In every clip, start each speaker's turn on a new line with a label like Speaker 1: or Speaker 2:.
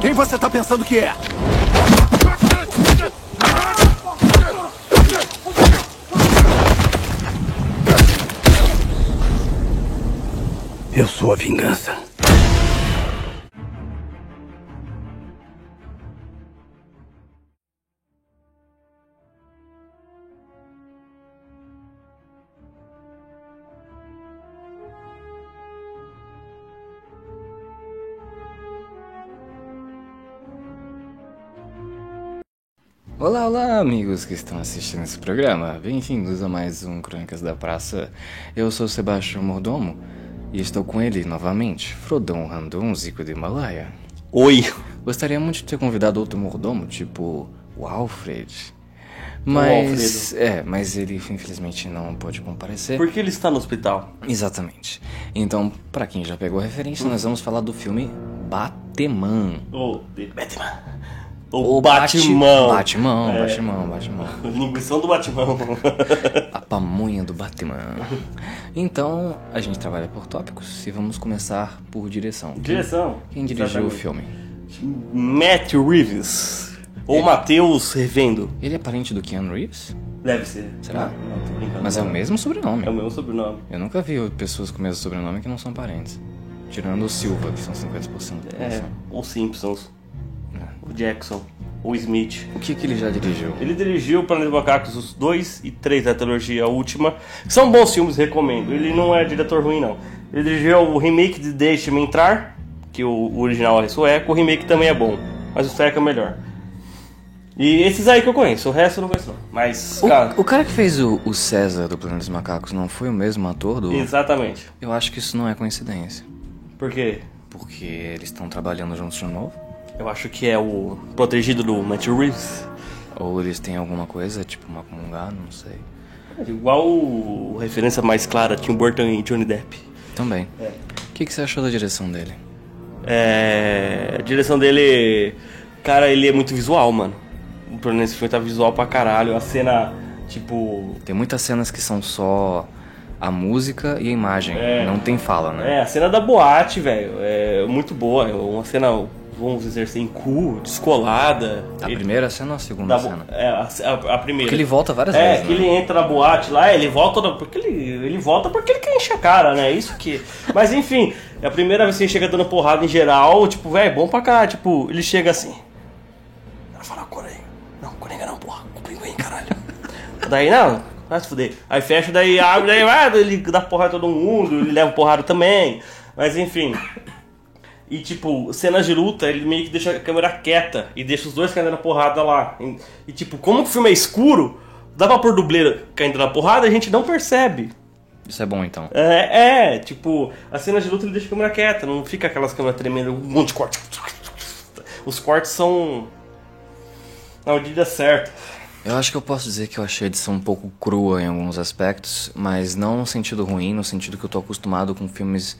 Speaker 1: Quem você tá pensando que é? Eu sou a vingança.
Speaker 2: Olá, olá, amigos que estão assistindo esse programa. Bem-vindos a mais um Crônicas da Praça. Eu sou Sebastião Mordomo e estou com ele novamente, Frodon Randon Zico do Himalaia.
Speaker 3: Oi.
Speaker 2: Gostaria muito de ter convidado outro mordomo, tipo o Alfred. Mas. é, mas ele infelizmente não pôde comparecer.
Speaker 3: Por que ele está no hospital?
Speaker 2: Exatamente. Então, pra quem já pegou a referência, nós vamos falar do filme Batman.
Speaker 3: O Batman. O,
Speaker 2: Bate-
Speaker 3: Batman.
Speaker 2: Batman,
Speaker 3: É.
Speaker 2: Batman, Batman.
Speaker 3: Linguição do Batman.
Speaker 2: A pamonha do Batman. Então, a gente trabalha por tópicos e vamos começar por direção.
Speaker 3: Direção.
Speaker 2: Quem dirigiu o
Speaker 3: Exatamente.
Speaker 2: filme?
Speaker 3: Matt Reeves. Ou Matheus Revendo.
Speaker 2: Ele é parente do Keanu Reeves?
Speaker 3: Deve ser.
Speaker 2: Será?
Speaker 3: Não, tô brincando.
Speaker 2: Mas é o mesmo
Speaker 3: É o
Speaker 2: sobrenome.
Speaker 3: meu sobrenome.
Speaker 2: Eu nunca vi pessoas com o mesmo sobrenome que não são parentes. Tirando o Silva, que são 50%. da
Speaker 3: É.
Speaker 2: população.
Speaker 3: Ou Simpsons. O Jackson. Ou Smith.
Speaker 2: O que, que ele já dirigiu?
Speaker 3: Ele dirigiu o Planeta dos Macacos, os 2 e 3 da trilogia última. São bons filmes, recomendo. Ele não é diretor ruim, não. Ele dirigiu o remake de Deixe-me Entrar, que o o original é sueco. O remake também é bom, mas o sueco é melhor. E esses aí que eu conheço, o resto eu não conheço, não. Mas, cara,
Speaker 2: O, o cara que fez o, o César do Planeta dos Macacos não foi o mesmo ator do.
Speaker 3: exatamente.
Speaker 2: Eu acho que isso não é coincidência.
Speaker 3: Porque
Speaker 2: Porque eles estão trabalhando juntos de novo?
Speaker 3: eu acho que é o protegido do Matt Reeves.
Speaker 2: Ou eles têm alguma coisa, tipo uma comungada, não sei.
Speaker 3: Igual o- a referência mais clara, Tim Burton e Johnny Depp.
Speaker 2: Também. O que, que você achou da direção dele?
Speaker 3: É, a direção dele. Cara, ele é muito visual, mano. O problema desse filme tá visual pra caralho. A cena, tipo.
Speaker 2: Tem muitas cenas que são só a música e a imagem. Não tem fala, né?
Speaker 3: É, a cena da boate, velho. É muito boa. É uma cena, vamos dizer assim, cool, descolada.
Speaker 2: A
Speaker 3: Ele-
Speaker 2: primeira cena ou a segunda
Speaker 3: da bo-
Speaker 2: cena?
Speaker 3: É, a, a- a primeira.
Speaker 2: Porque ele volta várias
Speaker 3: É,
Speaker 2: vezes.
Speaker 3: que
Speaker 2: né?
Speaker 3: ele entra na boate lá, ele volta na- porque ele, ele volta porque ele quer encher a cara, né? Isso que. Mas enfim, é a primeira vez que ele chega dando porrada em geral, tipo, velho, é bom pra caralho. Tipo, ele chega assim. Ela fala, Coringa. Não, Coringa não, porra. Com pinguim, caralho. daí, não, vai se fuder. Aí fecha, daí abre, daí vai, ele dá porrada em todo mundo, ele leva um porrada também. Mas enfim. E tipo, cenas de luta, ele meio que deixa a câmera quieta e deixa os dois caindo na porrada lá. E, e, tipo, como que o filme é escuro, dá pra pôr dublê caindo na porrada e a gente não percebe.
Speaker 2: Isso é bom então.
Speaker 3: É, é, tipo, as cenas de luta ele deixa a câmera quieta, não fica aquelas câmeras tremendas, um monte de corte. Os cortes são. na medida certa.
Speaker 2: Eu acho que eu posso dizer que eu achei a edição um pouco crua em alguns aspectos, mas não no sentido ruim, no sentido que eu tô acostumado com filmes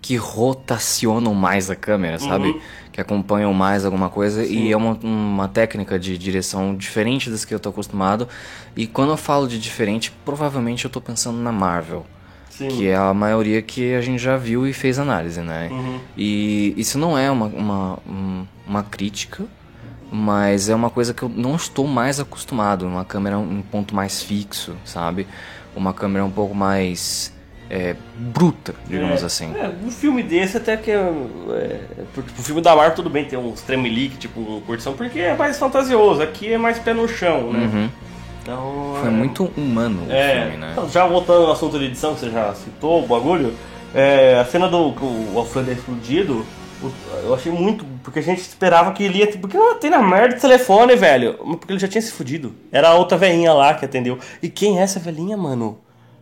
Speaker 2: que rotacionam mais a câmera, sabe? Que acompanham mais alguma coisa e é uma, uma técnica de direção diferente das que eu tô acostumado. E quando eu falo de diferente, provavelmente eu tô pensando na Marvel.
Speaker 3: Sim.
Speaker 2: Que é a maioria que a gente já viu e fez análise, né?
Speaker 3: Uhum.
Speaker 2: E isso não é uma, uma, um- uma crítica, mas é uma coisa que eu não estou mais acostumado. Uma câmera um ponto mais fixo, sabe? Uma câmera um pouco mais é, bruta, digamos assim.
Speaker 3: É, um filme desse até que é, é, por- tipo, o filme da Marvel tudo bem tem uns tremelique, tipo um curtição, porque é mais fantasioso, aqui é mais pé no chão, né? Então,
Speaker 2: Uhum. Foi
Speaker 3: é,
Speaker 2: muito humano
Speaker 3: é,
Speaker 2: o filme, né?
Speaker 3: então, já voltando ao assunto de edição que você já citou, o bagulho, é, a cena do que o Alfredo é explodido, o- eu achei muito, porque a gente esperava que ele ia, tipo, porque não tem na merda de telefone, velho, Mas porque ele já tinha se fudido. Era a outra velhinha lá que atendeu. E quem é essa velhinha, mano?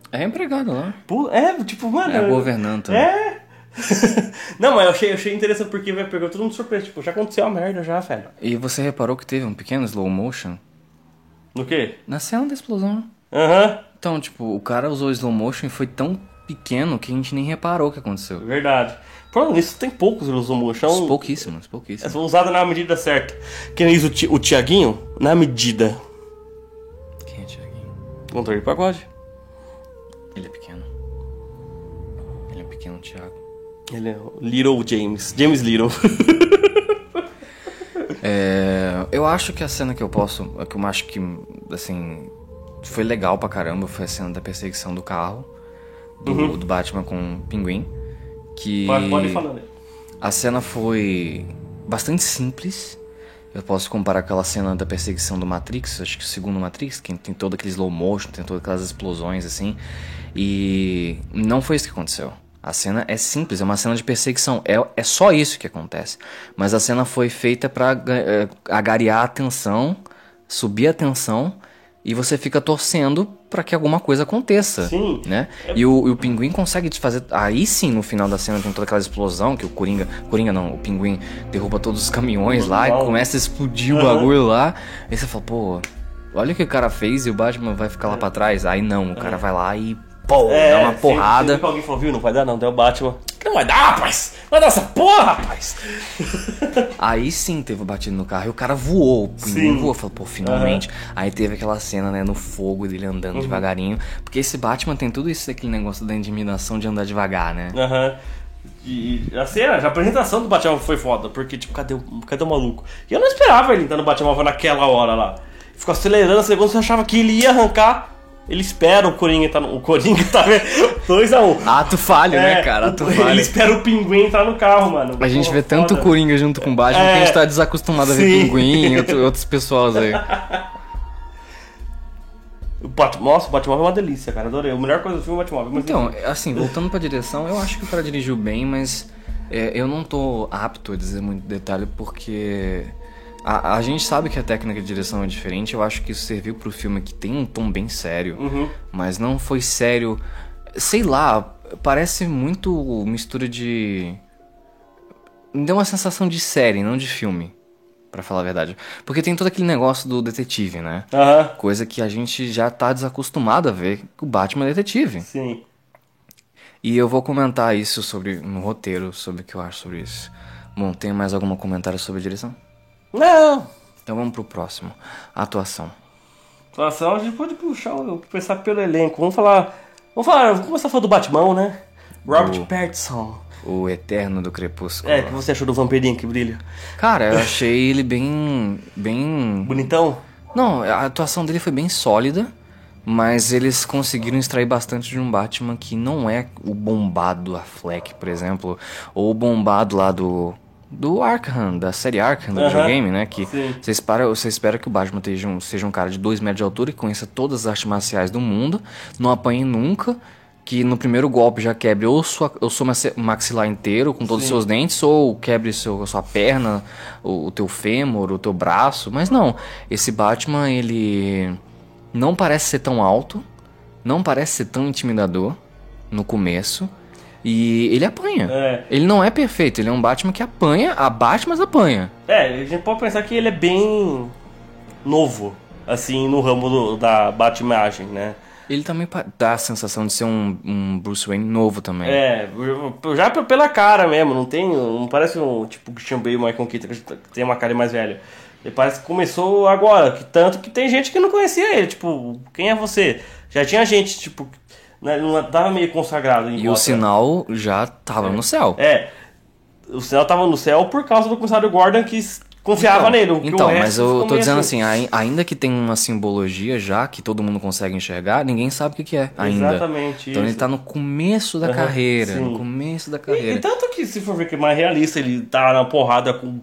Speaker 2: É empregado lá.
Speaker 3: Pu- É, tipo, mano.
Speaker 2: É a governanta. né?
Speaker 3: É. Não, mas eu achei, eu achei interessante porque vai pegar todo mundo surpreso. Tipo, já aconteceu a merda já, velho.
Speaker 2: E você reparou que teve um pequeno slow motion
Speaker 3: No quê?
Speaker 2: na cena da explosão.
Speaker 3: Aham,
Speaker 2: Então, tipo, o cara usou slow motion e foi tão pequeno que a gente nem reparou o que aconteceu.
Speaker 3: verdade. Pronto, isso tem poucos no Zoom
Speaker 2: Pouquíssimos,
Speaker 3: Motion.
Speaker 2: pouquíssimos, pouquíssimos.
Speaker 3: Usada é na medida certa. Quem diz o, Ti- o Tiaguinho? Na medida.
Speaker 2: Quem é Tiaguinho?
Speaker 3: Controle de pagode.
Speaker 2: Ele é pequeno. Ele é um pequeno Thiago.
Speaker 3: Ele é o Little James. James Little.
Speaker 2: É, eu acho que a cena que eu posso. é Que eu acho que, assim. Foi legal pra caramba. Foi a cena da perseguição do carro. Do, do Batman com o pinguim. Que.
Speaker 3: Pode, pode né? ir falando aí.
Speaker 2: A cena foi bastante simples. Eu posso comparar com aquela cena da perseguição do Matrix, acho que o segundo Matrix, que tem todo aquele slow motion, tem todas aquelas explosões assim. E não foi isso que aconteceu. A cena é simples, é uma cena de perseguição, é, é só isso que acontece. Mas a cena foi feita pra ga- eh, agariar a tensão, subir a tensão, e você fica torcendo pra que alguma coisa aconteça
Speaker 3: Sim.
Speaker 2: né?
Speaker 3: É
Speaker 2: E o, e o pinguim consegue desfazer. Aí sim, no final da cena, tem toda aquela explosão que o Coringa. Coringa não, o pinguim derruba todos os caminhões lá
Speaker 3: Uau.
Speaker 2: e começa a explodir o
Speaker 3: Aham.
Speaker 2: bagulho lá. Aí você fala, pô, olha o que o cara fez e o Batman vai
Speaker 3: É.
Speaker 2: ficar lá pra trás. Aí não, o cara vai lá e. Pô, dá uma
Speaker 3: sempre-
Speaker 2: porrada.
Speaker 3: sempre que É, alguém falou, viu, não vai dar não, deu o Batman. Não vai dar, rapaz! Não vai dar essa porra, rapaz!
Speaker 2: Aí sim teve o batido no carro e o cara voou. O pinguim
Speaker 3: Sim.
Speaker 2: voou. Falou, pô, finalmente. Aí teve aquela cena, né, no fogo dele
Speaker 3: Uhum.
Speaker 2: andando devagarinho. Porque esse Batman tem tudo isso, aquele negócio da intimidação de andar devagar, né?
Speaker 3: Aham. E e a cena, a apresentação do Batman foi foda, porque, tipo, cadê, o- cadê o maluco? E eu não esperava ele entrar no Batman naquela hora lá. Ficou acelerando, acelerando, você achava que ele ia arrancar. Ele espera o Coringa entrar no. O Coringa tá 2x1.
Speaker 2: Ato falho, né,
Speaker 3: É,
Speaker 2: cara? Ato falho.
Speaker 3: Ele espera o pinguim entrar no carro, mano.
Speaker 2: A gente
Speaker 3: Pô,
Speaker 2: vê tanto
Speaker 3: foda.
Speaker 2: Coringa junto com o Batman que a gente
Speaker 3: É.
Speaker 2: tá desacostumado a ver
Speaker 3: Sim.
Speaker 2: Pinguim e outro- outros pessoas aí.
Speaker 3: O Bat... Nossa, o Batmóvel é uma delícia, cara. Adorei. A melhor coisa do filme é o Batmóvel. mas-
Speaker 2: Então, assim, voltando pra direção, eu acho que o cara dirigiu bem, mas é, eu não tô apto a dizer muito detalhe porque a, a gente sabe que a técnica de direção é diferente. Eu acho que isso serviu pro filme que tem um tom bem sério, mas não foi sério. Sei lá, parece muito mistura de. Me deu uma sensação de série, não de filme, pra falar a verdade. Porque tem todo aquele negócio do detetive, né?
Speaker 3: Aham,
Speaker 2: Coisa que a gente já tá desacostumado a ver que o Batman é detetive.
Speaker 3: sim.
Speaker 2: E eu vou comentar isso sobre no roteiro, sobre o que eu acho sobre isso. Bom, tem mais algum comentário sobre a direção?
Speaker 3: Não,
Speaker 2: Então vamos pro próximo. Atuação.
Speaker 3: Atuação, assim, a gente pode puxar, o- pensar pelo elenco. Vamos falar. Vamos falar. Vamos começar falando do Batman, né? Robert
Speaker 2: Do-
Speaker 3: Pattinson.
Speaker 2: O Eterno do Crepúsculo.
Speaker 3: É, o que você achou do vampirinho que brilha?
Speaker 2: Cara, eu achei ele bem. bem.
Speaker 3: Bonitão?
Speaker 2: Não, a atuação dele foi bem sólida, mas eles conseguiram extrair bastante de um Batman que não é o bombado Affleck, por exemplo, ou o bombado lá do do Arkham, da série Arkham do
Speaker 3: Aham,
Speaker 2: videogame, né? Que
Speaker 3: sim.
Speaker 2: você espera, você espera que o Batman esteja um- seja um cara de dois metros de altura que conheça todas as artes marciais do mundo, não apanhe nunca, que no primeiro golpe já quebre ou sua, ou seu mace- maxilar inteiro com todos os seus dentes, ou quebre seu, sua perna, o, o teu fêmur, o teu braço. Mas não, esse Batman, ele não parece ser tão alto, não parece ser tão intimidador no começo. E ele apanha.
Speaker 3: É.
Speaker 2: Ele não é perfeito, ele é um Batman que apanha, abate, mas apanha.
Speaker 3: É, a gente pode pensar que ele é bem novo, assim, no ramo do- da Batmagem, né?
Speaker 2: Ele também pa- dá a sensação de ser um, um Bruce Wayne novo também.
Speaker 3: É, eu- já p- pela cara mesmo, não tem. Não parece um tipo Christian Bale, Michael Keaton, que tem uma cara mais velha. Ele parece que começou agora, que tanto que tem gente que não conhecia ele, tipo, quem é você? Já tinha gente, tipo, né, ele não tava meio consagrado em
Speaker 2: e o
Speaker 3: Gotham.
Speaker 2: sinal já tava no céu.
Speaker 3: É, o sinal tava no céu por causa do comissário Gordon que s- confiava nele. o que o
Speaker 2: Então,
Speaker 3: resto
Speaker 2: mas eu
Speaker 3: ficou
Speaker 2: tô
Speaker 3: meio
Speaker 2: dizendo assim, ai- ainda que tenha uma simbologia já que todo mundo consegue enxergar, ninguém sabe o que, que é ainda.
Speaker 3: Exatamente,
Speaker 2: Então ele
Speaker 3: isso.
Speaker 2: tá no começo da
Speaker 3: Aham,
Speaker 2: carreira,
Speaker 3: sim.
Speaker 2: no começo da
Speaker 3: E, então
Speaker 2: carreira.
Speaker 3: e tanto que, se for ver que é mais realista, ele tá na porrada com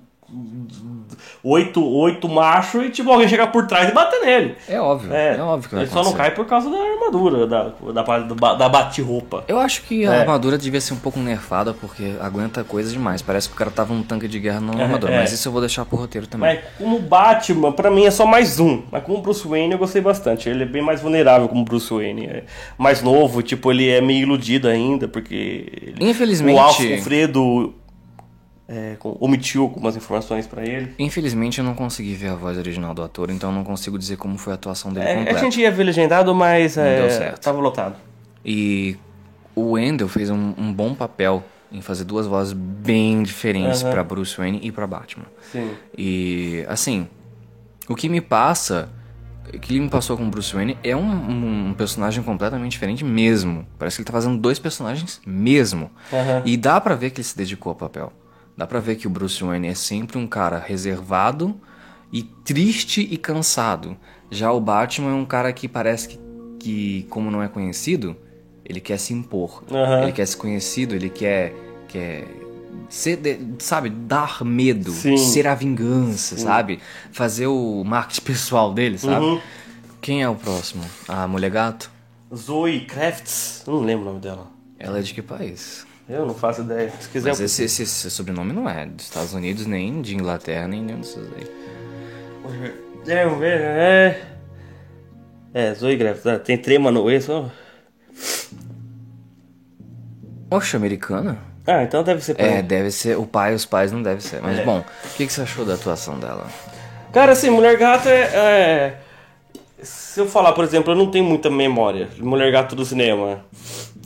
Speaker 3: oito, oito machos e tipo alguém chegar por trás e bater nele.
Speaker 2: é óbvio, é, óbvio que vai
Speaker 3: Ele só não
Speaker 2: acontecer.
Speaker 3: cai por causa da armadura, da, da, parte do ba- da bate-roupa.
Speaker 2: Eu acho que a
Speaker 3: É.
Speaker 2: armadura devia ser um pouco nerfada, porque aguenta coisa demais. Parece que o cara tava um tanque de guerra na armadura,
Speaker 3: é.
Speaker 2: mas isso eu vou deixar pro roteiro também.
Speaker 3: Mas como Batman, pra mim é só mais um. Mas como Bruce Wayne eu gostei bastante. Ele é bem mais vulnerável como Bruce Wayne. É mais novo, tipo, ele é meio iludido ainda, porque. ele-
Speaker 2: Infelizmente-
Speaker 3: O Alfredo é, com- omitiu algumas informações pra ele.
Speaker 2: Infelizmente eu não consegui ver a voz original do ator, então eu não consigo dizer como foi a atuação dele
Speaker 3: É, a
Speaker 2: completa.
Speaker 3: gente ia ver legendado, mas é,
Speaker 2: deu certo.
Speaker 3: tava lotado.
Speaker 2: E o Wendell fez um, um bom papel em fazer duas vozes bem diferentes pra Bruce Wayne e pra Batman.
Speaker 3: Sim.
Speaker 2: E assim, o que me passa, o que me passou com o Bruce Wayne é um, um personagem completamente diferente mesmo. Parece que ele tá fazendo dois personagens mesmo.
Speaker 3: Aham.
Speaker 2: E dá pra ver que ele se dedicou ao papel. Dá pra ver que o Bruce Wayne é sempre um cara reservado, e triste e cansado. Já o Batman é um cara que parece que, que como não é conhecido, ele quer se impor.
Speaker 3: Aham.
Speaker 2: Ele quer ser conhecido, ele quer. quer ser, de- sabe, dar medo,
Speaker 3: Sim.
Speaker 2: ser a vingança, sabe? Fazer o marketing pessoal dele, sabe?
Speaker 3: Uhum.
Speaker 2: Quem é o próximo? A mulher gato?
Speaker 3: Zoe Crafts. Eu não lembro o nome dela.
Speaker 2: Ela é de que país?
Speaker 3: Eu não faço ideia. Se quiser.
Speaker 2: Mas esse, esse- esse sobrenome não é dos Estados Unidos, nem de Inglaterra, nem nenhum desses aí.
Speaker 3: É, vamos ver, é. É, Zoe Crafts. Ah, Tem trema no E só.
Speaker 2: Oxe, americana?
Speaker 3: Ah, então deve ser pra
Speaker 2: É,
Speaker 3: mim.
Speaker 2: deve ser. O pai e os pais não deve ser. Mas
Speaker 3: É.
Speaker 2: bom, o que, que você achou da atuação dela?
Speaker 3: Cara, assim, Mulher Gato é, é- Se eu falar, por exemplo, eu não tenho muita memória. de Mulher Gato do cinema.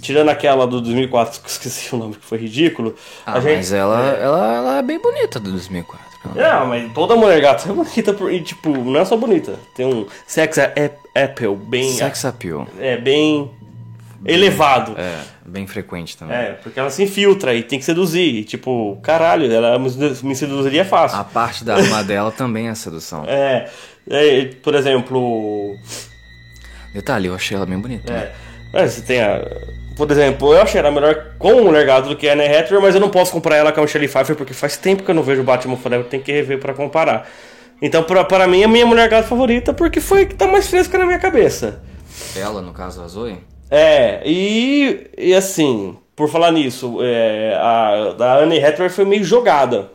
Speaker 3: Tirando aquela do 2004, que eu esqueci o nome, que foi ridículo.
Speaker 2: Ah, mas ela, ela, ela é bem bonita do 2004. né?
Speaker 3: Não, mas toda mulher gato é bonita, por- e tipo, não é só bonita. Tem um sex a- a- appeal bem,
Speaker 2: Sex appeal.
Speaker 3: é, bem elevado. É.
Speaker 2: É, bem frequente também.
Speaker 3: porque ela se infiltra e tem que seduzir. E, tipo, caralho, ela me sedu- me seduziria fácil.
Speaker 2: A parte da arma dela também é sedução.
Speaker 3: É, é, por exemplo,
Speaker 2: Detalhe, eu achei ela bem bonita.
Speaker 3: É. É, você tem a. Por exemplo, eu achei ela melhor com o Mulher Gato do que a Anne Hathaway, mas eu não posso comparar ela com a Michelle Pfeiffer porque faz tempo que eu não vejo o Batman Forever, tem que rever pra comparar. Então, pra, pra mim, a minha Mulher Gato favorita porque foi a que tá mais fresca na minha cabeça.
Speaker 2: Ela, no caso, a Zoe?
Speaker 3: É, e, e assim, por falar nisso, é, a da Anne Hathaway foi meio jogada.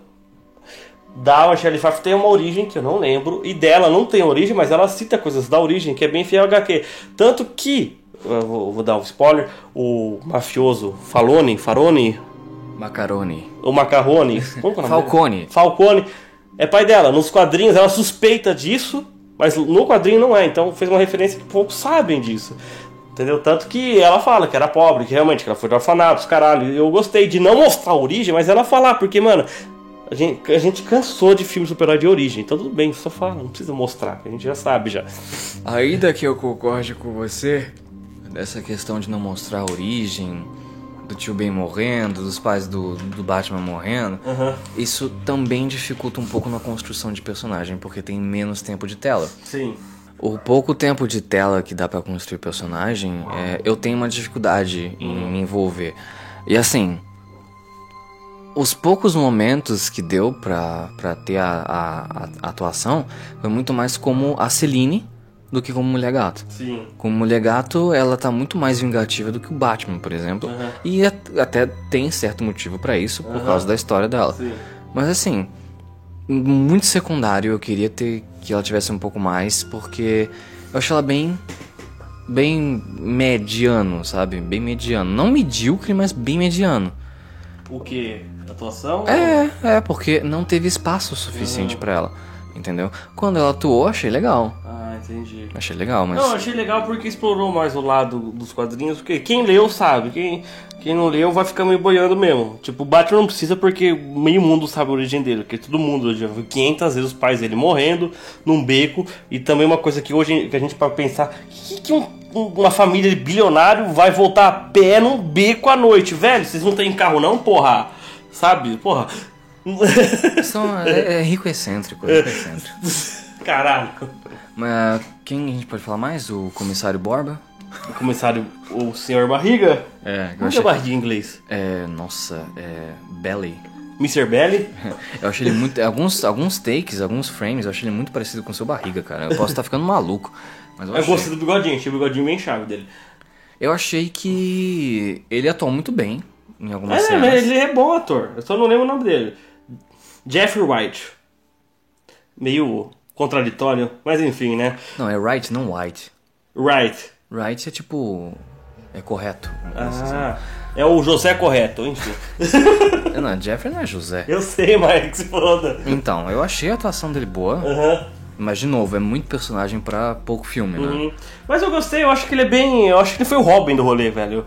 Speaker 3: Da Michelle Pfeiffer tem uma origem que eu não lembro, e dela não tem origem, mas ela cita coisas da origem, que é bem fiel ao HQ. Tanto que, eu vou, vou dar um spoiler, o mafioso Falone, Farone,
Speaker 2: Macaroni.
Speaker 3: o Macarrone, como que é o nome dele?
Speaker 2: Falcone.
Speaker 3: Falcone, é pai dela. Nos quadrinhos ela suspeita disso, mas no quadrinho não é. Então fez uma referência que poucos sabem disso. Entendeu? Tanto que ela fala que era pobre, que realmente que ela foi do orfanato, os caralho. Eu gostei de não mostrar a origem, mas ela falar, porque, mano, a gente, a gente cansou de filmes super de origem. Então tudo bem, só fala, não precisa mostrar, que a gente já sabe já.
Speaker 2: Ainda que eu concorde com você dessa questão de não mostrar a origem do tio Ben morrendo, dos pais do, do Batman morrendo, isso também dificulta um pouco na construção de personagem, porque tem menos tempo de tela.
Speaker 3: Sim.
Speaker 2: O pouco tempo de tela que dá pra construir personagem, é, eu tenho uma dificuldade em me envolver. E assim, os poucos momentos que deu pra, pra ter a, a- a atuação foi muito mais como a Celine do que como Mulher Gato.
Speaker 3: Sim.
Speaker 2: Como Mulher Gato, ela tá muito mais vingativa do que o Batman, por
Speaker 3: É.
Speaker 2: exemplo. E at- até tem certo motivo pra isso, por causa da história dela.
Speaker 3: Sim.
Speaker 2: Mas assim, muito secundário, eu queria ter que ela tivesse um pouco mais, porque eu acho ela bem bem mediano, sabe? Bem mediano, não medíocre, mas bem mediano.
Speaker 3: O que? Atuação?
Speaker 2: É, é porque não teve espaço suficiente pra ela, entendeu? Quando ela atuou, achei legal.
Speaker 3: Ah, entendi.
Speaker 2: Achei legal, mas
Speaker 3: Não, eu achei legal porque explorou mais o lado dos quadrinhos, porque quem leu sabe, quem, quem não leu vai ficar meio boiando mesmo. Tipo, o Batman não precisa porque meio mundo sabe a origem dele, porque todo mundo já viu 500 vezes os pais dele morrendo num beco, e também uma coisa que hoje que a gente para pensar, que que um- um- uma família de bilionário vai voltar a pé num beco à noite, velho? Vocês não têm carro não, porra? Sabe? Porra.
Speaker 2: são, é, é rico excêntrico, é rico excêntrico.
Speaker 3: Caralho.
Speaker 2: Mas quem a gente pode falar mais? O comissário Borba?
Speaker 3: O comissário, o senhor Barriga?
Speaker 2: É, eu
Speaker 3: Como que é
Speaker 2: achei...
Speaker 3: barriga em inglês?
Speaker 2: É, nossa, é... Belly.
Speaker 3: Mr. Belly?
Speaker 2: Eu achei ele muito. Alguns, alguns takes, alguns frames, eu achei ele muito parecido com o seu barriga, cara. Eu posso estar ficando maluco. Mas eu
Speaker 3: Eu
Speaker 2: achei, Tá
Speaker 3: gostei do bigodinho, achei o bigodinho bem chave dele.
Speaker 2: eu achei que ele atuou muito bem em algumas
Speaker 3: É,
Speaker 2: cenas.
Speaker 3: mas ele é bom ator, eu só não lembro o nome dele. Jeffrey White. Meio contraditório, mas enfim, né?
Speaker 2: Não, é right, não white.
Speaker 3: Wright.
Speaker 2: Right é tipo. É correto.
Speaker 3: Ah, é o José correto, enfim.
Speaker 2: Não, Jeffrey não é José.
Speaker 3: eu sei, mas que se foda.
Speaker 2: Então, eu achei a atuação dele boa,
Speaker 3: Aham.
Speaker 2: mas de novo, é muito personagem pra pouco filme, né?
Speaker 3: Hum. Mas eu gostei, eu acho que ele é bem. Eu acho que ele foi o Robin do rolê, velho.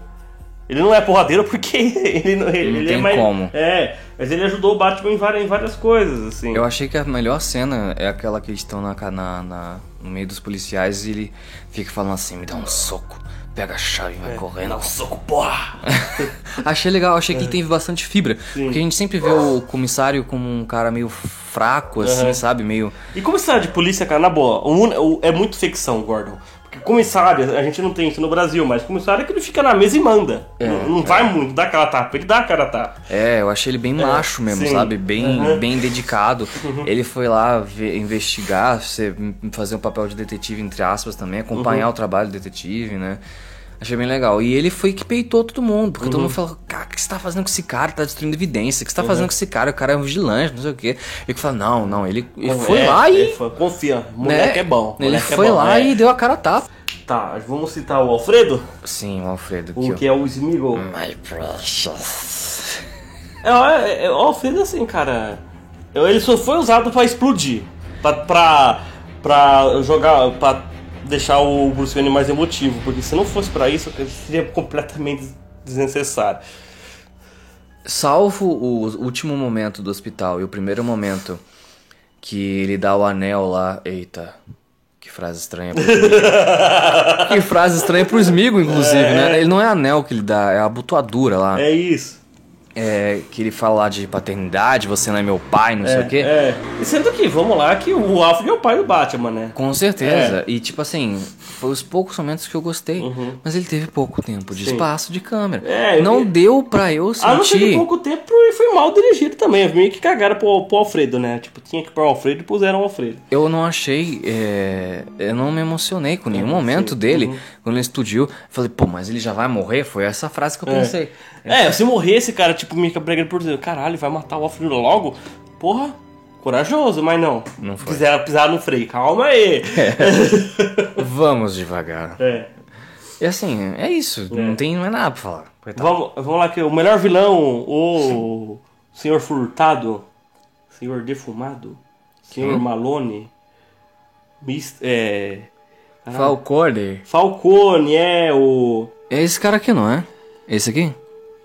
Speaker 3: Ele não é porradeiro porque ele não, ele,
Speaker 2: Não
Speaker 3: ele é
Speaker 2: tem
Speaker 3: mais.
Speaker 2: como.
Speaker 3: É, mas ele ajudou o Batman em várias, em várias coisas, assim.
Speaker 2: Eu achei que a melhor cena é aquela que eles estão na, ca- na- na- no meio dos policiais e ele fica falando assim, me dá um soco, pega a chave e vai correndo.
Speaker 3: Dá um soco, porra!
Speaker 2: Achei legal, achei que ele teve bastante fibra.
Speaker 3: Sim.
Speaker 2: Porque a gente sempre vê o comissário como um cara meio fraco, assim, sabe? Meio.
Speaker 3: E comissário de polícia, cara, na boa, o un- o- é muito ficção, Gordon. Porque comissário, a gente não tem isso no Brasil, mas comissário é que ele fica na mesa e manda. não não vai muito, dá aquela tapa, ele dá a cara tapa.
Speaker 2: É, eu achei ele bem macho mesmo,
Speaker 3: sim. Uhum.
Speaker 2: sabe? Bem, bem dedicado. Ele foi lá ver- investigar, ser- fazer um papel de detetive, entre aspas, também, acompanhar
Speaker 3: Uhum.
Speaker 2: o trabalho do detetive, né? Achei bem legal. E ele foi que peitou todo mundo, porque
Speaker 3: Uhum.
Speaker 2: todo mundo falou: Cara, o que você tá fazendo com esse cara? Tá destruindo evidência. O que você tá fazendo com esse cara? O cara é um vigilante, não sei o quê. Ele falou: Não, não, ele, Então, ele foi
Speaker 3: É,
Speaker 2: lá
Speaker 3: ele
Speaker 2: e. né,
Speaker 3: foi- confia, moleque é bom.
Speaker 2: Ele
Speaker 3: moleque é
Speaker 2: foi
Speaker 3: bom,
Speaker 2: lá
Speaker 3: é.
Speaker 2: e deu a cara a tapa.
Speaker 3: Tá, vamos citar o Alfredo,
Speaker 2: Sim, o Alfredo
Speaker 3: o
Speaker 2: aqui,
Speaker 3: que é o
Speaker 2: ó.
Speaker 3: Smeagol.
Speaker 2: My precious.
Speaker 3: É, é, é, o Alfredo é assim, cara. Ele só foi usado pra explodir. Pra, pra, pra jogar. pra deixar o Bruce Wayne mais emotivo. Porque se não fosse pra isso, seria completamente desnecessário.
Speaker 2: Salvo o último momento do hospital e o primeiro momento que ele dá o anel lá. Eita, que frase estranha. pro Smigo. que frase estranha pro Smigo, inclusive, né? Ele não é anel que ele dá, é a abotoadura lá.
Speaker 3: É isso.
Speaker 2: É, que ele fala lá de paternidade, você não é meu pai, não sei o quê.
Speaker 3: É. E sendo que, vamos lá, que o Alfred é o pai do Batman, né?
Speaker 2: Com certeza. E tipo assim, foi os poucos momentos que eu gostei. Mas ele teve pouco tempo de
Speaker 3: Uhum. Sim.
Speaker 2: espaço de câmera.
Speaker 3: É, eu
Speaker 2: não
Speaker 3: vi-
Speaker 2: deu pra eu sentir.
Speaker 3: Ah, não sei que pouco tempo e foi mal dirigido também. Meio que cagaram pro, pro Alfredo, né? Tipo, tinha que pôr o Alfredo e puseram o Alfredo.
Speaker 2: Eu não achei. é, Eu não me emocionei com nenhum momento dele.
Speaker 3: Uhum.
Speaker 2: Quando ele explodiu, eu falei, pô, mas ele já vai morrer? Foi essa frase que eu pensei.
Speaker 3: É, se morrer esse cara, tipo, meio que pregando por dentro, caralho, vai matar o Alfredo logo? Porra, corajoso, mas não.
Speaker 2: Não foi.
Speaker 3: Quiseram pisar no freio, calma aí.
Speaker 2: Vamos devagar.
Speaker 3: É.
Speaker 2: E assim, é isso. Não tem não é nada pra falar. Coitado.
Speaker 3: Vamos, vamos lá, que o melhor vilão, o Senhor Furtado, Senhor Defumado, Senhor Malone, Mist, é, ah,
Speaker 2: Falcone.
Speaker 3: Falcone, é o...
Speaker 2: É esse cara aqui, não é? Esse aqui?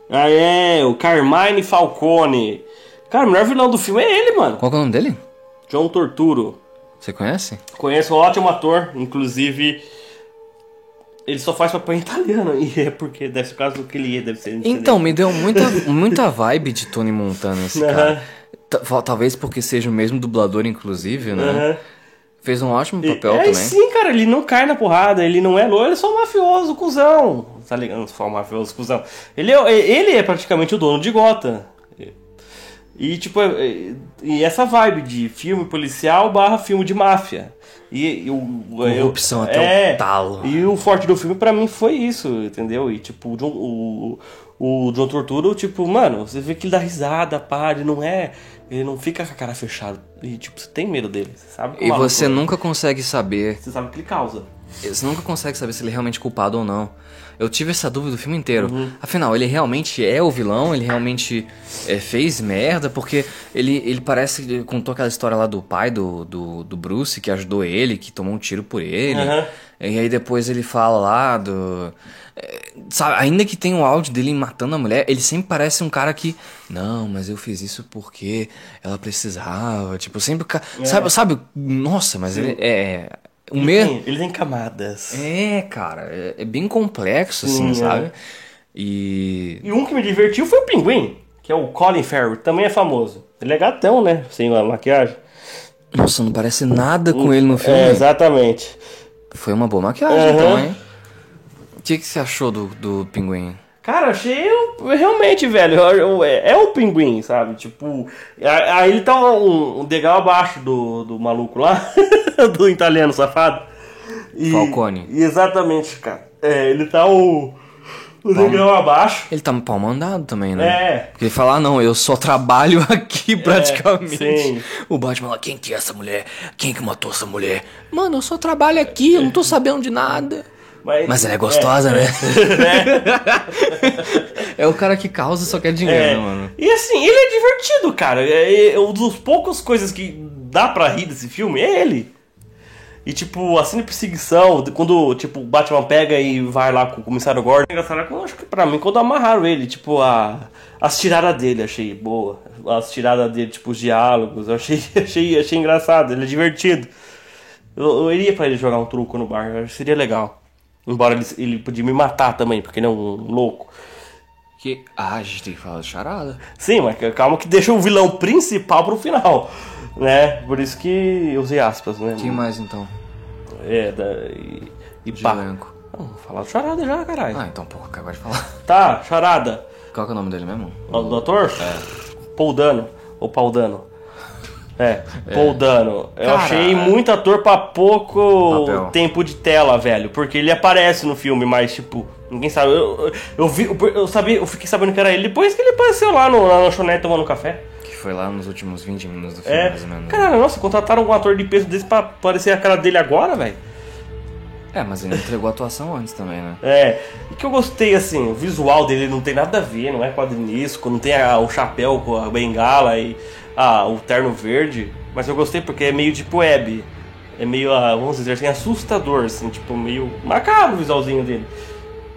Speaker 3: Ah, é, o Carmine Falcone. Cara, o melhor vilão do filme é ele, mano.
Speaker 2: Qual que é o nome dele?
Speaker 3: John Torturo.
Speaker 2: Você conhece?
Speaker 3: Conheço um ótimo ator, inclusive ele só faz papel italiano e é porque deve ser o caso que ele é, deve ser.
Speaker 2: Então, me deu muita, muita vibe de Tony Montana esse
Speaker 3: Aham.
Speaker 2: cara. Ta- fal- Talvez porque seja o mesmo dublador, inclusive, né?
Speaker 3: Aham.
Speaker 2: Fez um ótimo
Speaker 3: E-
Speaker 2: papel
Speaker 3: é,
Speaker 2: também.
Speaker 3: sim, cara, ele não cai na porrada, ele não é loiro, ele é só um mafioso, cuzão. Tá ligado? Só um mafioso, cuzão. Ele é, ele é praticamente o dono de Gota. E tipo, é- é- e essa vibe de filme policial barra filme de máfia. E, e o
Speaker 2: Corrupção
Speaker 3: eu-
Speaker 2: até o
Speaker 3: é,
Speaker 2: talo.
Speaker 3: E o forte do filme pra mim foi isso, entendeu? E tipo, o John, o, o John Torturo, tipo, mano, você vê que ele dá risada, pá, ele não é. Ele não fica com a cara fechada. E tipo, você tem medo dele, você sabe? que o
Speaker 2: E
Speaker 3: maluco- né?
Speaker 2: você nunca consegue saber
Speaker 3: você sabe que ele causa.
Speaker 2: Você nunca consegue saber se ele é realmente culpado ou não. Eu tive essa dúvida o filme inteiro. Afinal, ele realmente é o vilão? Ele realmente é, fez merda? Porque ele, ele parece que ele contou aquela história lá do pai do, do, do Bruce, que ajudou ele, que tomou um tiro por ele.
Speaker 3: Aham.
Speaker 2: E aí depois ele fala lá do. é, Sabe, ainda que tenha o áudio dele matando a mulher, ele sempre parece um cara que. Não, mas eu fiz isso porque ela precisava. Tipo, sempre. o ca- Sabe, sabe? Nossa, mas ele é. O
Speaker 3: Ele
Speaker 2: mesmo.
Speaker 3: tem, ele tem camadas.
Speaker 2: É, cara, é, é bem complexo, assim,
Speaker 3: Sim, é.
Speaker 2: sabe? E.
Speaker 3: E um que me divertiu foi o Pinguim, que é o Colin Farrell, também é famoso. Ele é gatão, né? Sem a maquiagem.
Speaker 2: Nossa, não parece nada com ele no filme.
Speaker 3: É, exatamente.
Speaker 2: Foi uma boa maquiagem,
Speaker 3: Aham.
Speaker 2: então, hein? O que, que você achou do, do pinguim?
Speaker 3: Cara, achei eu- realmente, velho, eu- eu- é, é o pinguim, sabe? Tipo, a- aí ele tá um, um degrau abaixo do, do maluco lá, do italiano safado. E,
Speaker 2: Falcone.
Speaker 3: e exatamente, cara. É, ele tá o, o degrau abaixo.
Speaker 2: Ele tá no pau mandado também, né?
Speaker 3: É.
Speaker 2: Porque ele fala, ah, não, eu só trabalho aqui praticamente.
Speaker 3: sim.
Speaker 2: O Batman lá, quem que é essa mulher? Quem que matou essa mulher? Mano, eu só trabalho aqui, eu não tô sabendo de nada. Mas ela é gostosa, né? É. o cara que causa e só quer dinheiro,
Speaker 3: É.
Speaker 2: né, mano?
Speaker 3: E assim, ele é divertido, cara. É, é, um dos poucos coisas que dá pra rir desse filme é ele. E tipo, a cena de perseguição, de- quando tipo, o Batman pega e vai lá com o comissário Gordon, é engraçado, eu acho que pra mim, quando amarraram ele, tipo, a, as tiradas dele, achei boa. As tiradas dele, tipo, os diálogos, eu achei, achei, achei engraçado, ele é divertido. Eu, eu iria pra ele jogar um truco no bar, eu acho que seria legal. Embora ele, ele podia me matar também, porque ele é um louco.
Speaker 2: Que. Ah, a gente tem que falar de charada.
Speaker 3: Sim, mas calma que deixa o vilão principal pro final, né? Por isso que eu usei aspas, né?
Speaker 2: Quem mais então?
Speaker 3: É, da, e, e
Speaker 2: De
Speaker 3: pá.
Speaker 2: branco.
Speaker 3: Não, falar do charada já, caralho.
Speaker 2: Ah, então, porra, acabei de falar.
Speaker 3: Tá, charada.
Speaker 2: Qual que é o nome dele mesmo?
Speaker 3: O doutor? É. Paul Dano. Ou Paul Dano. É, Paul Dano. Eu
Speaker 2: Cara,
Speaker 3: achei muito ator pra pouco
Speaker 2: Papel.
Speaker 3: tempo de tela, velho. Porque ele aparece no filme, mas, tipo, ninguém sabe. Eu, eu, eu vi, eu, sabia, eu fiquei sabendo que era ele depois que ele apareceu lá no, na lanchonete tomando café.
Speaker 2: Que foi lá nos últimos 20 minutos do filme,
Speaker 3: É.
Speaker 2: mais ou menos.
Speaker 3: Cara, nossa, contrataram um ator de peso desse pra aparecer a cara dele agora, velho.
Speaker 2: É, mas ele entregou a atuação antes também, né?
Speaker 3: É, e que eu gostei, assim, o visual dele não tem nada a ver, não é quadrinisco, não tem a- o chapéu com a bengala e ah, o terno verde, mas eu gostei porque é meio tipo web, é meio, ah, vamos dizer assim, assustador, assim, tipo, meio macabro o visualzinho dele.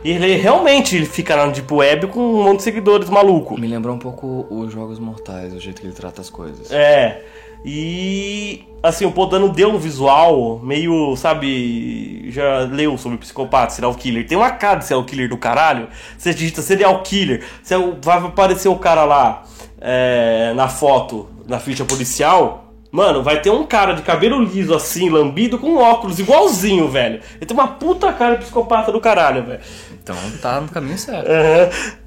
Speaker 3: E ele realmente ele fica lá no Deep Web com um monte de seguidores maluco.
Speaker 2: Me lembrou um pouco os Jogos Mortais, o jeito que ele trata as coisas.
Speaker 3: É. E assim, o Podano deu um visual meio, sabe, já leu sobre psicopata, serial killer. Tem uma cara de serial killer do caralho. Você digita serial killer, você vai aparecer o cara lá é, na foto, na ficha policial. Mano, vai ter um cara de cabelo liso assim, lambido, com óculos, igualzinho, velho. Ele tem uma puta cara de psicopata do caralho, velho.
Speaker 2: Então tá no caminho certo.
Speaker 3: Aham.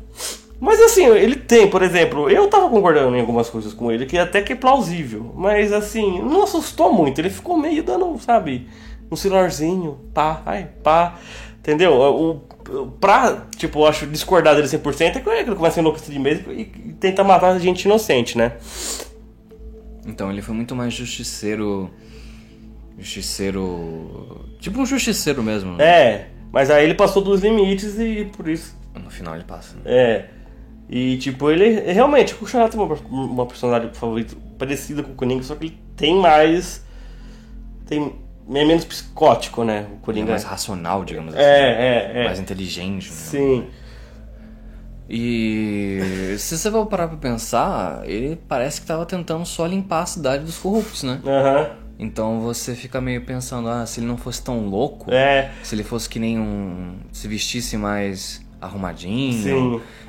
Speaker 3: Mas assim, ele tem, por exemplo, eu tava concordando em algumas coisas com ele, que até que é plausível. Mas assim, não assustou muito. Ele ficou meio dando, sabe, um celularzinho, pá, ai, pá. Entendeu? O, o- pra, tipo, eu acho discordar dele 100% é que ele começa a enlouquecer de mesmo e, e tenta matar gente inocente, né?
Speaker 2: Então ele foi muito mais justiceiro. Justiceiro. Tipo um justiceiro mesmo. né?
Speaker 3: É, mas aí ele passou dos limites e por isso
Speaker 2: No final ele passa. né?
Speaker 3: É. E tipo, ele realmente, o Xará tem uma, uma personalidade favorita parecida com o Coringa, só que ele tem mais. Tem. É menos psicótico, né? O
Speaker 2: Ele é
Speaker 3: Coringa.
Speaker 2: mais racional, digamos assim.
Speaker 3: É, é, é.
Speaker 2: Mais inteligente. né?
Speaker 3: Sim.
Speaker 2: E se você for parar pra pensar, ele parece que tava tentando só limpar a cidade dos corruptos, né?
Speaker 3: Aham.
Speaker 2: Então você fica meio pensando, ah, se ele não fosse tão louco,
Speaker 3: É.
Speaker 2: se ele fosse que nem um. se vestisse mais arrumadinho.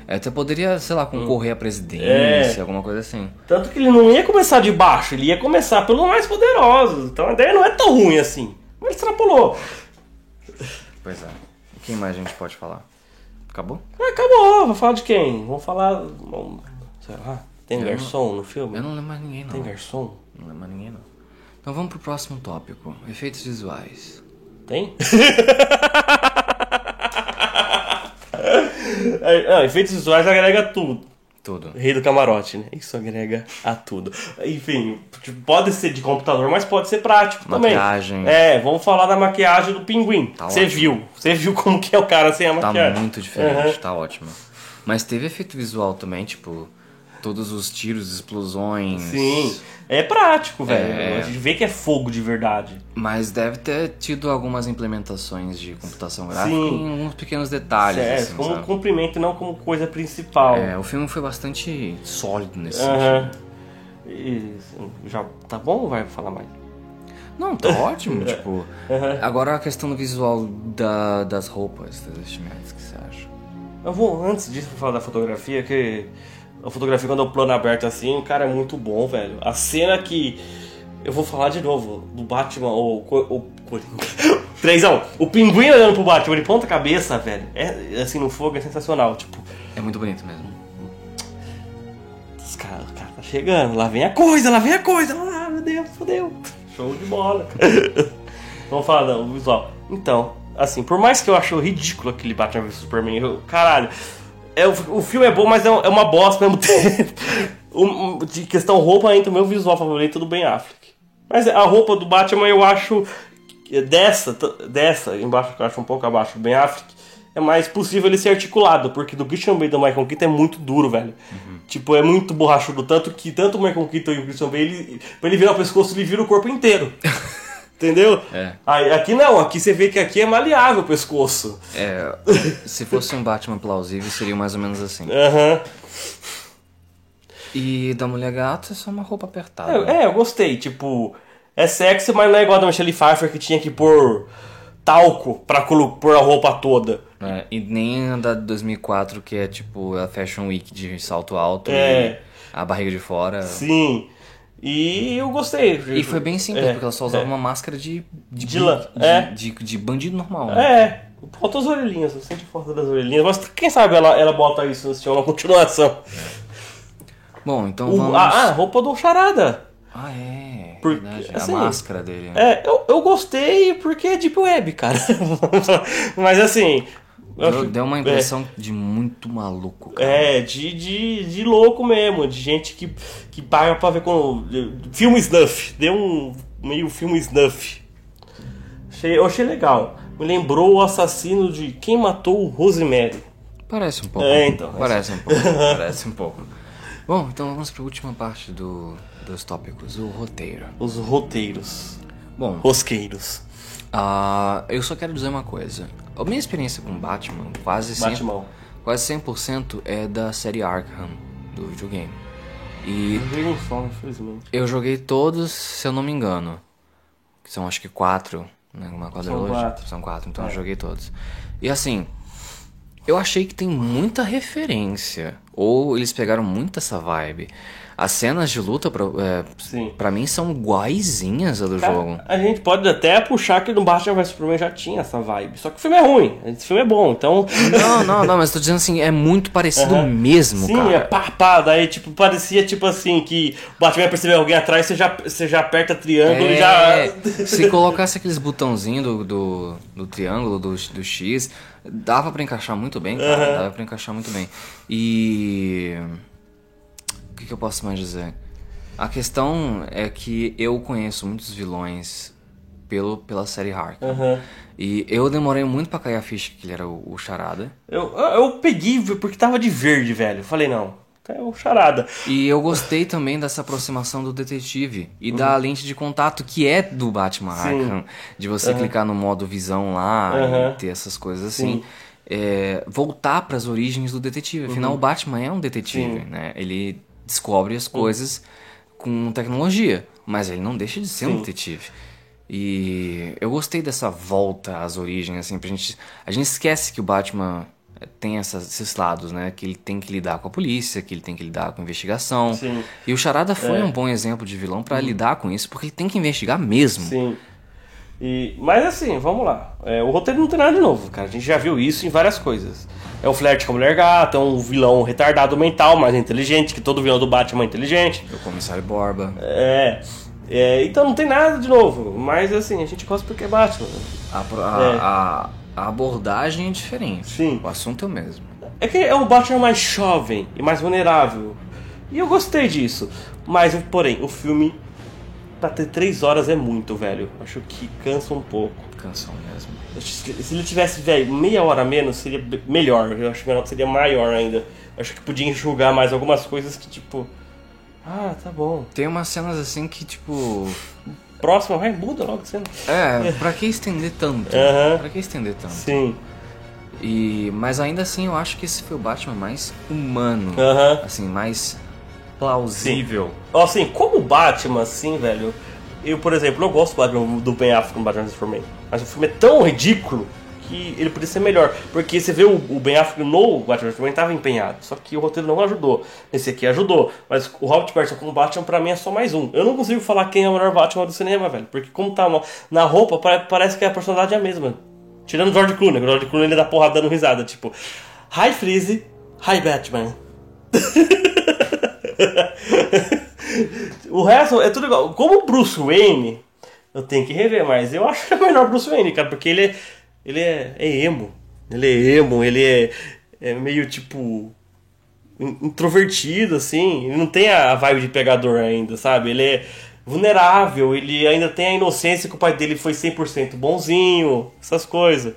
Speaker 2: é,
Speaker 3: Sim.
Speaker 2: Até poderia, sei lá, concorrer à presidência,
Speaker 3: É.
Speaker 2: alguma coisa assim.
Speaker 3: Tanto que ele não ia começar de baixo, ele ia começar pelos mais poderosos. Então a ideia não é tão ruim assim. Mas ele extrapolou.
Speaker 2: Pois é. O que mais a gente pode falar? Acabou?
Speaker 3: Ah, acabou, vou falar de quem? Vou falar. bom, Sei lá. Tem
Speaker 2: Eu não-
Speaker 3: garçom no filme?
Speaker 2: Eu não lembro mais ninguém, não.
Speaker 3: Tem garçom?
Speaker 2: Não lembro mais ninguém, não. Então vamos pro próximo tópico: efeitos visuais.
Speaker 3: Tem? É, não, efeitos visuais agrega a tudo.
Speaker 2: Tudo.
Speaker 3: Rei do camarote, né? Isso agrega a tudo. Enfim, tipo, pode ser de computador, mas pode ser prático
Speaker 2: Maquiagem.
Speaker 3: também. É, vamos falar da maquiagem do pinguim.
Speaker 2: Tá
Speaker 3: Você
Speaker 2: ótimo.
Speaker 3: viu? Você viu como que é o cara sem a
Speaker 2: Tá
Speaker 3: maquiagem?
Speaker 2: muito diferente,
Speaker 3: Uhum.
Speaker 2: tá ótimo. Mas teve efeito visual também, tipo, todos os tiros, explosões.
Speaker 3: Sim. É prático, velho.
Speaker 2: É.
Speaker 3: A gente vê que é fogo de verdade.
Speaker 2: Mas deve ter tido algumas implementações de computação gráfica
Speaker 3: Sim.
Speaker 2: em alguns pequenos detalhes.
Speaker 3: é,
Speaker 2: assim,
Speaker 3: como
Speaker 2: sabe?
Speaker 3: cumprimento e não como coisa principal.
Speaker 2: É, o filme foi bastante sólido nesse
Speaker 3: Aham.
Speaker 2: sentido.
Speaker 3: Isso. Já tá bom ou vai falar mais?
Speaker 2: Não, tá ótimo,
Speaker 3: É.
Speaker 2: tipo.
Speaker 3: Uhum.
Speaker 2: Agora a questão do visual da- das roupas, dos vestimentos, o que você acha?
Speaker 3: Eu vou, antes disso, vou falar da fotografia, que a fotografia quando é o plano aberto assim, o cara é muito bom, velho. A cena que. Eu vou falar de novo, do Batman, ou. Co- ou Coringa. Trêsão, o pinguim olhando pro Batman de ponta cabeça, velho. É assim, no fogo é sensacional. Tipo,
Speaker 2: É muito bonito mesmo.
Speaker 3: os caras, o cara tá chegando, lá vem a coisa, lá vem a coisa. Ah, meu Deus, fodeu. Show de bola. Vamos falar do visual. Então, assim, por mais que eu acho ridículo aquele Batman vs Superman, eu- caralho, é, o, o filme é bom, mas é, um- é uma bosta ao mesmo tempo. Um- um- de questão roupa, entra o meu visual favorito do Ben Affleck. Mas a roupa do Batman eu acho que dessa, t- dessa, embaixo que eu acho um pouco abaixo do Ben Affleck, é mais possível ele ser articulado, porque do Christian Bale e do Michael Keaton é muito duro, velho. Tipo, é muito borrachudo, tanto que tanto o Michael Keaton e o Christian Bale, ele- pra ele virar o pescoço, ele vira o corpo inteiro. Entendeu?
Speaker 2: É.
Speaker 3: Aí, aqui não, aqui você vê que aqui é maleável o pescoço.
Speaker 2: É, se fosse um Batman plausível, seria mais ou menos assim.
Speaker 3: Aham.
Speaker 2: E da Mulher Gato é só uma roupa apertada.
Speaker 3: É, eu gostei, tipo, é sexy, mas não é igual a da Michelle Pfeiffer que tinha que pôr talco pra colo- pôr a roupa toda.
Speaker 2: É, e nem a da 2004, que é tipo a Fashion Week de salto alto
Speaker 3: É.
Speaker 2: e a barriga de fora.
Speaker 3: Sim. E eu gostei.
Speaker 2: E foi bem simples,
Speaker 3: É,
Speaker 2: porque ela só usava
Speaker 3: é.
Speaker 2: uma máscara de. De,
Speaker 3: De lã,
Speaker 2: de,
Speaker 3: é.
Speaker 2: de, de bandido normal. né?
Speaker 3: É, falta as orelhinhas, eu senti falta das orelhinhas. Mas quem sabe ela, ela bota isso se tiver uma continuação.
Speaker 2: Bom, então
Speaker 3: O-
Speaker 2: vamos.
Speaker 3: ah, ah, roupa do Charada.
Speaker 2: Ah, é.
Speaker 3: Porque,
Speaker 2: verdade,
Speaker 3: assim,
Speaker 2: a máscara dele. né?
Speaker 3: É, eu, eu gostei porque é Deep Web, cara. Mas assim. eu
Speaker 2: Deu,
Speaker 3: acho-
Speaker 2: deu uma
Speaker 3: é.
Speaker 2: impressão de muito maluco, cara.
Speaker 3: É, de, de, de louco mesmo, de gente que, que paga pra ver com. Filme snuff, deu um meio filme snuff. Achei, eu achei legal. Me lembrou o assassino de Quem Matou o Rosemary.
Speaker 2: Parece um pouco.
Speaker 3: É, então,
Speaker 2: Parece um pouco. parece um pouco. Bom, então vamos para a última parte do, dos tópicos, o roteiro.
Speaker 3: Os roteiros.
Speaker 2: Bom,
Speaker 3: Rosqueiros.
Speaker 2: ah, eu só quero dizer uma coisa. A minha experiência com Batman, quase 100%,
Speaker 3: Batman.
Speaker 2: quase 100% é da série Arkham, do videogame. E
Speaker 3: Não veio um som, infelizmente.
Speaker 2: eu joguei todos, se eu não me engano. Que são acho que quatro, né? Uma quadrilogia.
Speaker 3: quatro. É.
Speaker 2: São quatro, então eu joguei todos. E assim, eu achei que tem muita referência. Ou eles pegaram muito essa vibe. As cenas de luta, pra, é,
Speaker 3: Sim.
Speaker 2: pra mim, são iguaizinhas a do jogo.
Speaker 3: A gente pode até puxar que no Batman vs Superman já tinha essa vibe. Só que o filme é ruim. Esse filme é bom, então.
Speaker 2: Não, não, não, mas tô dizendo assim, é muito parecido
Speaker 3: Aham.
Speaker 2: mesmo,
Speaker 3: Sim,
Speaker 2: cara.
Speaker 3: é pá, pá. Daí, tipo, parecia tipo assim que o Batman percebeu alguém atrás, você já, você já aperta triângulo e
Speaker 2: É,
Speaker 3: já.
Speaker 2: Se colocasse aqueles botãozinhos do, do, do triângulo, do, do X, dava pra encaixar muito bem, cara. Dava pra encaixar muito bem. E. O que, que eu posso mais dizer? A questão é que eu conheço muitos vilões pelo, pela série Hark.
Speaker 3: Aham.
Speaker 2: E eu demorei muito pra cair a ficha que ele era o, o Charada.
Speaker 3: Eu, eu peguei porque tava de verde, velho. Falei, não. É o charada.
Speaker 2: E eu gostei também dessa aproximação do detetive e da lente de contato que é do Batman
Speaker 3: Uhum. Sim.
Speaker 2: Arkham. De você clicar no modo visão lá
Speaker 3: Aham.
Speaker 2: e ter essas coisas assim.
Speaker 3: Sim.
Speaker 2: É, voltar para as origens do
Speaker 3: Uhum.
Speaker 2: detetive. Afinal, o Batman é um detetive, né? Ele descobre as coisas com tecnologia, mas ele não deixa de ser um detetive. E eu gostei dessa volta às origens, assim, pra gente. A gente esquece que o Batman tem essas- esses lados, né? Que ele tem que lidar com a polícia, que ele tem que lidar com a investigação.
Speaker 3: Sim. É. Uhum.
Speaker 2: E o Charada foi um bom exemplo de vilão pra lidar com isso, porque ele tem que investigar mesmo.
Speaker 3: Sim. E, mas assim, vamos lá. É, o roteiro não tem nada de novo, cara. A gente já viu isso em várias coisas. É o flerte com a mulher gata, é um vilão retardado mental, mas inteligente, que todo vilão do Batman é inteligente.
Speaker 2: O comissário Borba.
Speaker 3: É. é, então não tem nada de novo. Mas assim, a gente gosta porque é Batman.
Speaker 2: A, pro- a-
Speaker 3: É.
Speaker 2: a- a abordagem é diferente.
Speaker 3: Sim.
Speaker 2: O assunto é o mesmo.
Speaker 3: É que é o Batman mais jovem e mais vulnerável. E eu gostei disso. Mas, porém, o filme, pra ter três horas é muito, velho. Acho que cansa um pouco.
Speaker 2: Canção é mesmo.
Speaker 3: Acho que Se ele tivesse, velho, meia hora a menos, seria be- melhor. Eu acho que minha nota seria maior ainda. Eu acho que podia enxugar mais algumas coisas que, tipo. Ah, tá bom.
Speaker 2: Tem umas cenas assim que, tipo.
Speaker 3: Próxima, vai, muda logo de cena.
Speaker 2: É, pra que estender tanto?
Speaker 3: Aham.
Speaker 2: Pra que estender tanto?
Speaker 3: Sim.
Speaker 2: E, mas ainda assim, eu acho que esse foi o Batman mais humano.
Speaker 3: Aham.
Speaker 2: Assim, mais plausível.
Speaker 3: Ó, Assim, como o Batman, assim, velho. Eu, por exemplo, eu gosto do Batman do Ben Affleck no Batman vs Superman. Mas o filme é tão ridículo que ele podia ser melhor. Porque você vê o, o Ben Affleck no Batman vs Superman tava empenhado. Só que o roteiro não ajudou. Esse aqui ajudou. Mas o Robert Pattinson como Batman pra mim é só mais um. Eu não consigo falar quem é o melhor Batman do cinema, velho. Porque como tá uma- na roupa, pare- parece que a personalidade é a mesma. Tirando o George Clooney. O George Clooney ele dá porrada dando risada. Tipo, Hi Freeze, Hi Batman. O resto é tudo igual. Como o Bruce Wayne, eu tenho que rever, mas eu acho que é melhor o Bruce Wayne, cara, porque ele é, ele é, é emo. Ele é emo, ele é, é meio tipo. in- introvertido, assim. Ele não tem a a vibe de pegador ainda, sabe? Ele é vulnerável, ele ainda tem a inocência que o pai dele foi 100% bonzinho, essas coisas.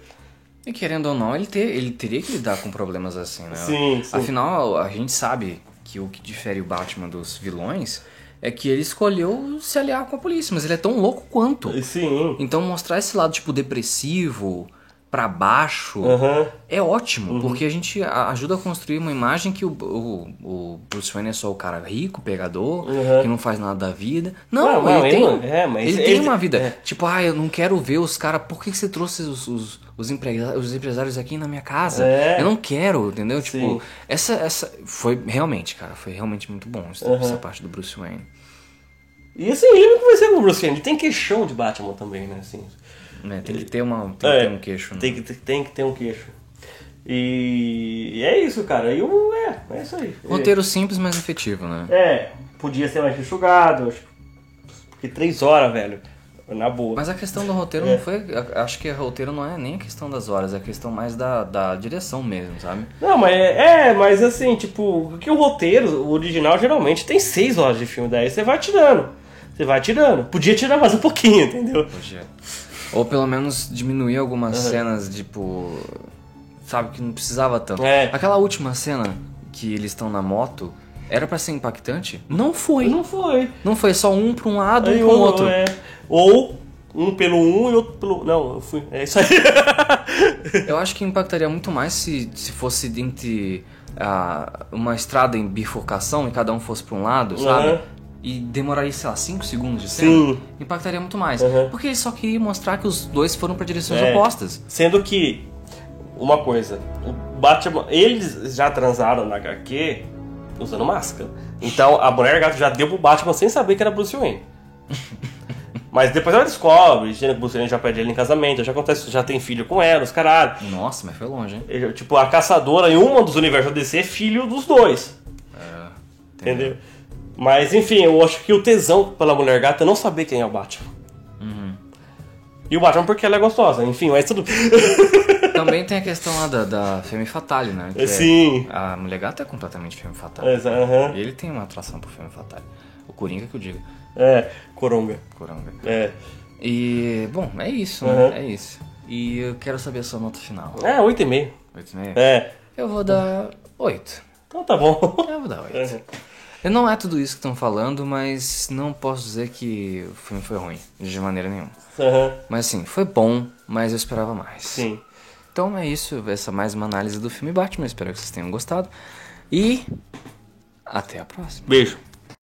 Speaker 2: E querendo ou não, ele, te- ele teria que lidar com problemas assim, né?
Speaker 3: Sim, sim.
Speaker 2: Afinal, a gente sabe que o que difere o Batman dos vilões é que ele escolheu se aliar com a polícia, mas ele é tão louco quanto.
Speaker 3: Sim.
Speaker 2: Então mostrar esse lado, tipo, depressivo, pra baixo
Speaker 3: Aham. Uhum.
Speaker 2: é ótimo, porque a gente a- ajuda a construir uma imagem que o, o, o Bruce Wayne é só o cara rico, pegador,
Speaker 3: Uhum.
Speaker 2: que não faz nada da vida. Não,
Speaker 3: Não, não,
Speaker 2: ele,
Speaker 3: ele
Speaker 2: tem,
Speaker 3: não- é, mas
Speaker 2: ele
Speaker 3: ele-
Speaker 2: tem uma vida.
Speaker 3: é.
Speaker 2: Tipo, ah, eu não quero ver os caras, por que, que você trouxe os, os, os, empresa- os empresários aqui na minha casa?
Speaker 3: É.
Speaker 2: Eu não quero, entendeu?
Speaker 3: Sim.
Speaker 2: Tipo, essa, essa foi realmente, cara, foi realmente muito bom essa, essa parte do Bruce Wayne.
Speaker 3: E assim, ele não conversei com o Bruce Wayne. Ele tem queixão de Batman também, né? Assim.
Speaker 2: né? tem que ter, uma, tem
Speaker 3: É,
Speaker 2: que ter um queixo. né?
Speaker 3: Tem que, tem que ter um queixo. E, e é isso, cara. E o. É, é isso aí.
Speaker 2: Roteiro simples, mas efetivo, né?
Speaker 3: É, podia ser mais enxugado. acho- Porque três horas, velho. Na boa.
Speaker 2: Mas a questão do roteiro não foi. a- Acho que o roteiro não é nem a questão das horas, é a questão mais da, da direção mesmo, sabe?
Speaker 3: Não, mas é, é, mas assim, tipo, que o roteiro, o original geralmente tem seis horas de filme, daí você vai tirando. Você vai tirando. Podia tirar mais um pouquinho, entendeu?
Speaker 2: Ou pelo menos diminuir algumas cenas, tipo. Sabe, que não precisava tanto.
Speaker 3: É.
Speaker 2: Aquela última cena que eles estão na moto era pra ser impactante? Não foi. Não,
Speaker 3: Não foi.
Speaker 2: foi só um pra um lado e
Speaker 3: Aí
Speaker 2: um pro
Speaker 3: ou-
Speaker 2: outro.
Speaker 3: é, ou um pelo um e outro pelo. Não, eu fui. É isso aí.
Speaker 2: Eu acho que impactaria muito mais se, se fosse entre ah, uma estrada em bifurcação e cada um fosse pra um lado, sabe?
Speaker 3: Uhum.
Speaker 2: E demoraria, sei lá, 5 segundos de cena.
Speaker 3: Sim.
Speaker 2: Impactaria muito mais.
Speaker 3: Uhum.
Speaker 2: Porque ele só queria mostrar que os dois foram pra direções
Speaker 3: É.
Speaker 2: opostas.
Speaker 3: Sendo que, uma coisa, o Batman, eles já transaram na HQ usando máscara. Então a mulher gato já deu pro Batman sem saber que era Bruce Wayne. Mas depois ela descobre, que Bruce Wayne já pede ele em casamento, já acontece, já tem filho com ela, os caralho.
Speaker 2: Nossa, mas foi longe, hein?
Speaker 3: Ele, Tipo, a caçadora em uma dos universos da DC é filho dos dois. Entendeu? Mas enfim, eu acho que o tesão pela mulher gata é não saber quem é o Batman. E o Batman porque ela é gostosa, enfim, mas tudo.
Speaker 2: Também tem a questão lá da, da Femme Fatale, né? Que é-
Speaker 3: Sim. É.
Speaker 2: a mulher gata é completamente Femme Fatale.
Speaker 3: Mas, aham.
Speaker 2: E ele tem uma atração pro Femme Fatale. O Coringa que eu digo.
Speaker 3: É, coronga.
Speaker 2: Coronga.
Speaker 3: É.
Speaker 2: E, bom, é isso,
Speaker 3: Uhum.
Speaker 2: né? É isso. E eu quero saber a sua nota final.
Speaker 3: É, 8 e meio.
Speaker 2: Oito e meio?
Speaker 3: É.
Speaker 2: Eu vou dar oito.
Speaker 3: Então tá bom.
Speaker 2: Eu vou dar oito. Eu Não é tudo isso que estão falando, mas não posso dizer que o filme foi ruim, de maneira nenhuma.
Speaker 3: Aham,
Speaker 2: Mas assim, foi bom, mas eu esperava mais.
Speaker 3: Sim.
Speaker 2: Então é isso, essa é mais uma análise do filme Batman. Espero que vocês tenham gostado. E até a próxima.
Speaker 3: Beijo.